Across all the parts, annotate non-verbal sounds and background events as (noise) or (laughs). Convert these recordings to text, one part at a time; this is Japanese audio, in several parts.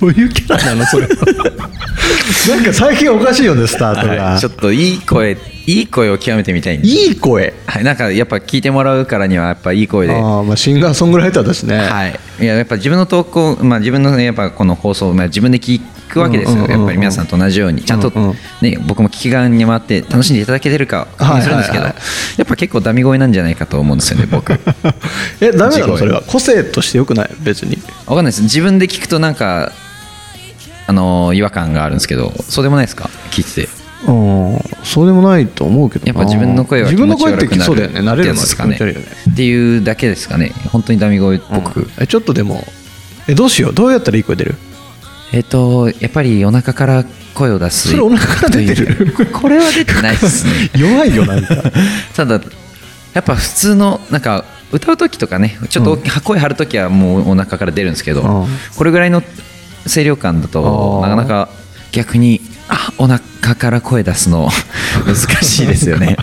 どういうキャラなのそれ。なんか最近おかしいよねスタートはがい、ちょ。っといい声いい声を極めてみたいんでいい声。はい、なんかやっぱ聞いてもらうからにはやっぱいい声で、はああまあシンガーソングライターだしね。い、いややっぱ自分の投稿、まあ、自分のねやっぱこの放送、まあ、自分で聞くわけですよ、うんうんうんうんやっぱり皆さんと同じようにちゃんと、うんうんね、僕も聞き側に回って楽しんでいただけてるか確認するんですけど、はいはいやっぱ結構ダミ声なんじゃないかと思うんですよね僕わかえダメな自己の愛それは個性として良くない別んに。ないです自分で聞くとなんかあのー違和感があるんですけどそうでもないですか聞いててうんそうでもないと思うけどやっな。ぱ自分の声は気自分持のち声っ悪てくなるそうだよね慣っれるまてやつでです気か持ねち悪いよね。っていうだけですかね本当にダミ声っぽく、えちょっとでもえどうしようどうやったらいい声出る？えっ、とやっぱりお腹から声を出すそれお腹から出てるというこれは出てないですね (laughs) 弱いよなんか。ただやっぱ普通のなんか歌う時とかねちょっと大き声張る時はもうお腹から出るんですけど、うんこれぐらいの清涼感だとあなーかなか逆にあお腹から声出すの (laughs) 難しいですよね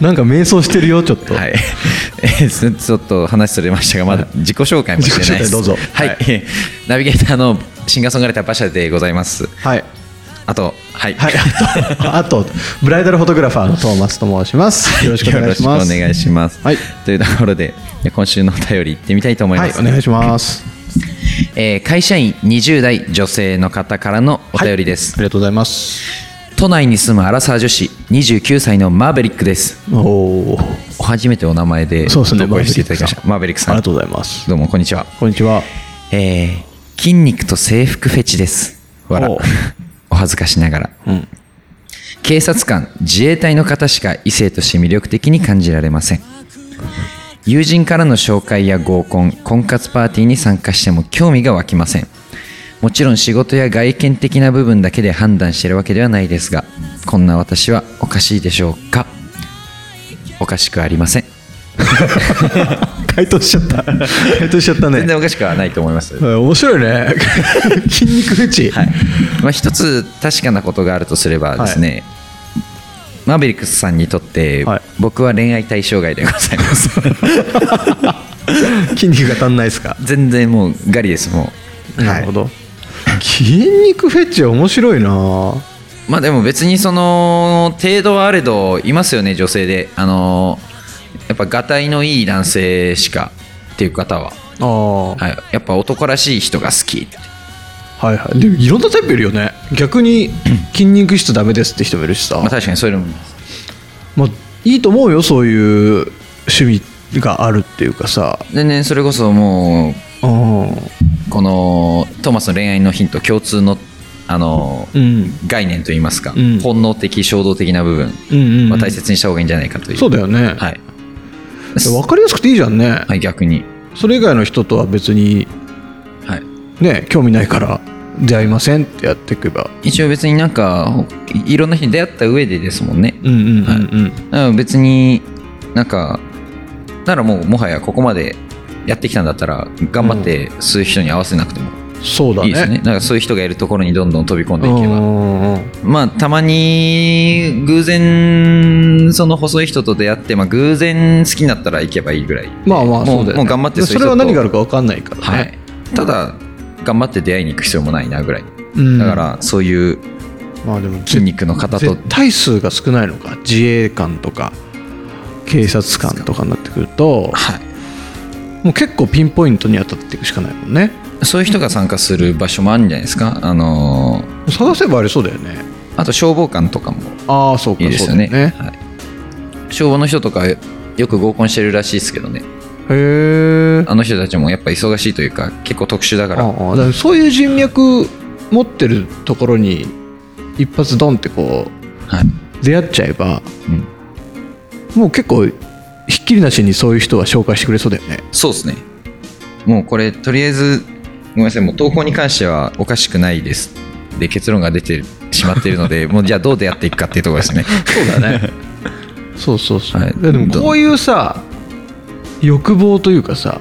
なんか迷走してるよちょっと。はい、えーすちょっと話それましたが、まだ自己紹介もしてないで自己紹介す。どうぞはい、はいえーナビゲーターのシンガーソングライター馬車でございます。はい。あと、はい、はい、あと、あとブライダルフォトグラファーのトーマスと申します。よろしくお願いします。よろしくお願いします。はいというところで、今週のお便り行ってみたいと思いはまい、す。お願いします。えー会社員20代女性の方からのお便りです。ありがとうございます。都内に住むアラサー女子29歳のマーベリックです。おおー、初めてお名前でそうですね投稿していただきました。ママーーベベリリックックささんん。ありがとうございますどうもこんにちは。こんにちは。えー筋肉と制服フェチです。わらおう。 (laughs) お恥ずかしながら。うん、警察官、自衛隊の方しか異性として魅力的に感じられません。友人からの紹介や合コン、婚活パーティーに参加しても興味が湧きません。もちろん仕事や外見的な部分だけで判断しているわけではないですが、こんな私はおかしいでしょうかおかしくありません。回答しちゃった。回答しちゃった全然ね。おかしくはないと思います。はい面白いね。筋肉フェチ。はいまあ、一つ確かなことがあるとすればですね、マーベリックスさんにとって、はい僕は恋愛対象外でございます (laughs) 筋肉が足んないですか。全然もうガリですもう、なるほど。筋肉フェチ面白いな。まあでも別にその程度はあれどいますよね女性であのやっぱがたいのいい男性しかっていう方は、ああ、ははい、やっぱ男らしい人が好きっていはい。でもいろんなタイプいるよね。逆に筋肉質ダメですって人もいるしさ。まあ、確かにそういうのもまあ、いいと思うよそういう趣味があるっていうかさ全然それこそもううんこのトーマスの恋愛のヒント共通のあの、うん概念といいますか、うん本能的衝動的な部分うんうんは大切にした方がいいんじゃないかという、そうだよね、はい、分かりやすくていいじゃんね、はい、逆に、それ以外の人とは別にはい、ね興味ないから出会いませんってやっていけば一応別になんかいいろんな人に出会った上でですもんね、うんうんうんうん、だから別になんかならもうもはやここまでやってきたんだったら頑張ってそういう人に合わせなくてもそうだねいいですね、なんかそういう人がいるところにどんどん飛び込んうでいんけうばんうんまあたまに偶然その細い人と出会って、まあ、偶然好きになったら行けばいいぐらいまあまあもそううだよ、ね、もう頑張ってそれは何があるか、か分かんないからね、はい、ただ頑張って出会いに行く必要もないなぐらいうんだからそういうまあでも筋肉の方と絶対数が少ないのか自衛官とか警察官とかになってくるとはもう結構ピンポイントに当たっていくしかないもんねい、そういう人が参加する場所もあるんじゃないですかあのー探せばありそうだよねあと消防官とかもああそうかいいですそようだねよねはい、消防の人とかよく合コンしてるらしいですけどねへえあの人たちもやっぱ忙しいというか結構特殊だからああだからそういう人脈持ってるところに一発ドンってこはい、う出会っちゃえばうん、もう結構ひっきりなしにそういう人は紹介してくれそうだよねそうですね。もうこれ、とりあえず、ごめんなさい、もう投稿に関してはおかしくないです。で結論が出てしまっているの (laughs) でもうじゃあどう出会っていくかっていうところですねそうだねそうそうそう、はいでもこういうさ欲望というかさ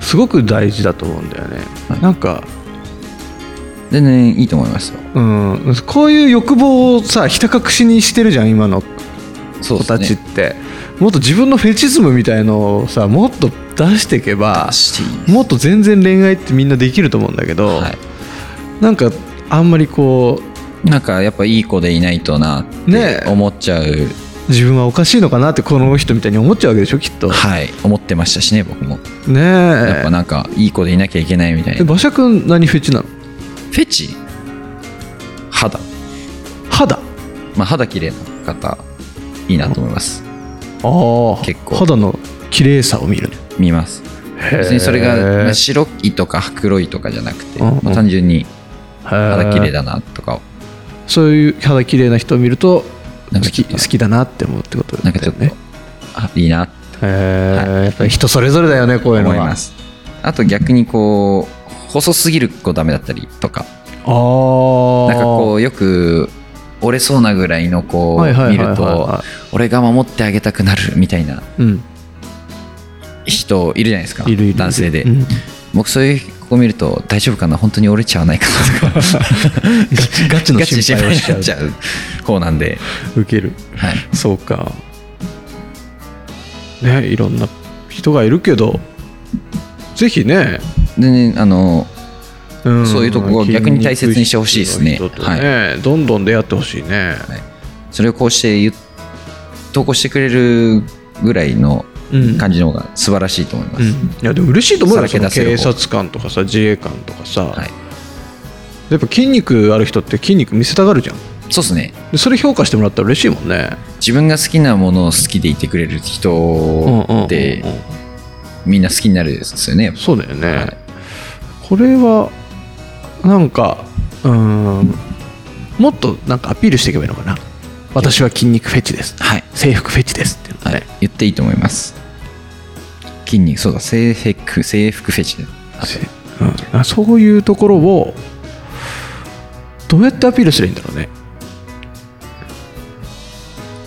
すごく大事だと思うんだよね、なんか全然いいと思いますようんこういう欲望をさひた隠しにしてるじゃん今のそうで子すたちっねて、もっと自分のフェチズムみたいのをさもっと出していけばもっと全然恋愛ってみんなできると思うんだけど、はいなんかあんまりこうなんかやっぱいい子でいないとなってねえ思っちゃう、自分はおかしいのかなってこの人みたいに思っちゃうわけでしょきっとはい思ってましたしね僕もねえやっぱなんかいい子でいなきゃいけないみたいえな馬車君何フェチなのフェチ肌肌まあ肌綺麗な方いいなと思いますああ結構肌の綺麗さを見るね見ますー別にそれがまあ白いとか黒いとかじゃなくて、うんうんまあ単純に肌肌綺麗だなとかそういう肌綺麗な人を見るとな好んかちきょっと好きだなって思うってことだよなんねかちょっと、あいいなってへーやっぱり人それぞれだよねこういうの思はいますあと逆にこう細すぎる子ダメだったりとかああなんかこうよく折れそうなぐらいの子をはいはい見はいはいるとは俺が守ってあげたくなるみたいなう、うん、人いるじゃないですかいるいるいる男性で、うん僕そういう子見ると大丈夫かな本当に折れちゃわないかなとかガチガチのガチ心心配を配にしちゃなうっちゃう方なんで、ウケるはい、そうかねいろんな人がいるけどぜひね、でねあのんそういうとこは逆に大切にしてほしいですね筋肉質の人とねどんどん出会ってほしいね、それをこうして言っ投稿してくれるぐらいのうん感じの方が素晴らしいと思います、うん、いやでも嬉しいと思うよさそらけの出せる警方察官とかさ自衛官とかさ、はい、やっぱ筋肉ある人って筋肉見せたがるじゃんそうですねでそれ評価してもらったら嬉しいもんね自分が好きなものを好きでいてくれる人ってうんうんうんうんみんな好きになるですよねそうだよね、はいこれはなんかうーんもっとなんかアピールしていけばいいのかな私は筋肉フェチです (laughs) はい、制服フェチですっていうのはねい、言っていいと思います筋肉そうだ制服制服フェチあせうん、あそういうところをどうやってアピールすればいいんだろうね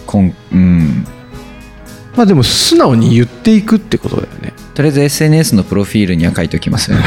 こんうんまあでも素直に言っていくってことだよねとりあえず SNS のプロフィールには書いておきます (laughs) よね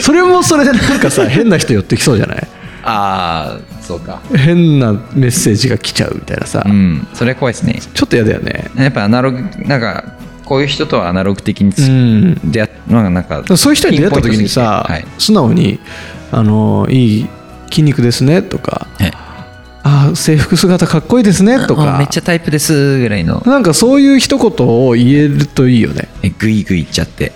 それもそれでなん (laughs) かさ変な人寄ってきそうじゃないああそうか変なメッセージが来ちゃうみたいなさ、うんそれは怖いですねちょっと嫌だよねやっぱアナログなんかこういう人とはアナログ的につ、ん出会っなんかなんかでもそういう人に出会った時にさ、ピンポイント素直に「あのいい筋肉ですね」とかすぎてはい「あー制服姿かっこいいですね」とあかめっちゃタイプですぐらいのなんかそういう一言を言えるといいよね、えグイグイいっちゃって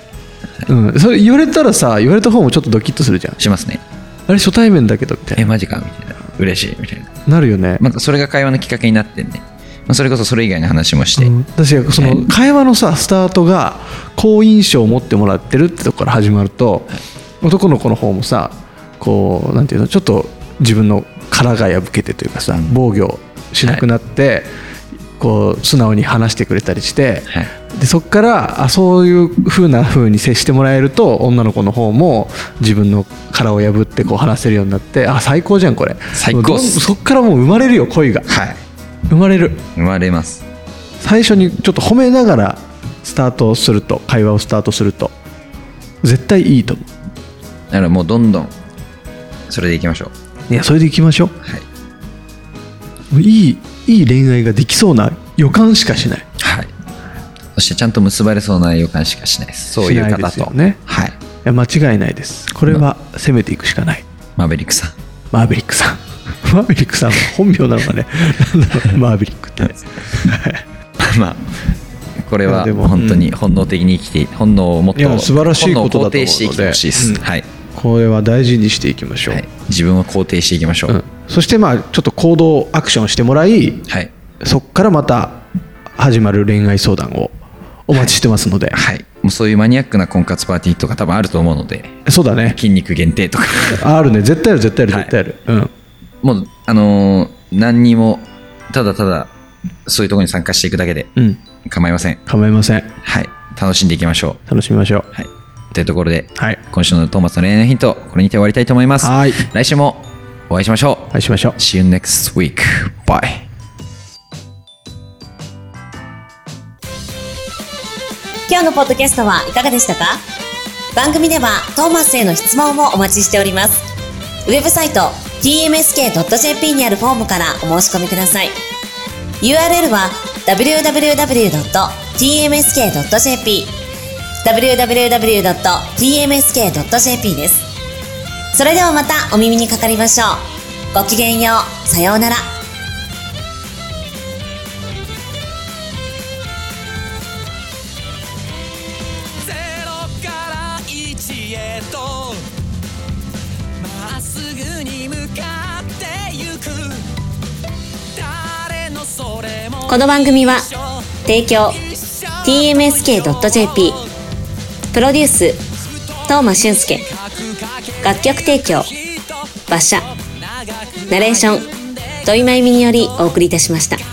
うん、それ言われたらさ言われた方もちょっとドキッとするじゃんしますねあれ初対面だけどみたいえマジかみたいな嬉しいみたいな、ななるよね、まあ、それが会話のきっかけになってね、まあ、それこそそれ以外の話もして、うん私がその会話のさスタートが好印象を持ってもらってるってとこから始まると男の子の方もさこうなんていうのちょっと自分の殻が破けてというかさうん防御しなくなって、こう素直に話してくれたりして、はいでそこからあそういう風な風に接してもらえると女の子の方も自分の殻を破ってこう話せるようになってあ最高じゃんこれ最高っすもうどんそこからもう生まれるよ恋がはい生まれる生まれます最初にちょっと褒めながらスタートすると会話をスタートすると絶対いいと思だからもうどんどんそれでいきましょうういやそれでいきましょはい、ういいいい恋愛ができそうな予感しかしないはい、そしてちゃんと結ばれそうな予感しかしないですそういうしな方いですよとねはいいや間違いないですこれは攻めていくしかないマーベリックさんマーヴェリックさん (laughs) マーヴェリックさんは本名なのかね (laughs) なんだろうマーヴェリックって (laughs) まあこれいやはでも本当に本能的に生きて、本能をもっいやと素晴らしいことだと本能を肯定思うのでしていきてほしいです、うんはい、これは大事にしていきましょう、はい、自分を肯定していきましょう、うん、そしてまあちょっと行動アクションしてもらいはいそこからまた始まる恋愛相談をお待ちしてますので、はい、もうそういうマニアックな婚活パーティーとか多分あると思うのでそうだね筋肉限定とか (laughs) あるね絶対ある絶対あるはい絶対ある、うんもうあのー何にもただただそういうところに参加していくだけでうん構いません、構いませんはい、楽しんでいきましょ楽しみましょうう、はい、というところで、はい今週のトーマスの恋愛のヒントこれにて終わりたいと思いますはい来週もお会いしましょう、お会いしましょう See you next week bye 今日のポッドキャストはいかがでしたか番組ではトーマスへの質問もお待ちしております。ウェブサイト tmsk.jp にあるフォームからお申し込みください。URL は www.tmsk.jp www.tmsk.jp です。それではまたお耳にかかりましょう。ごきげんよう。さようなら。ゼロから一へとまっすぐに向かってゆく誰のそれもこの番組は提供 TMSK.jp プロデュース東間俊介楽曲提供馬車ナレーション土井真由美によりお送りいたしました。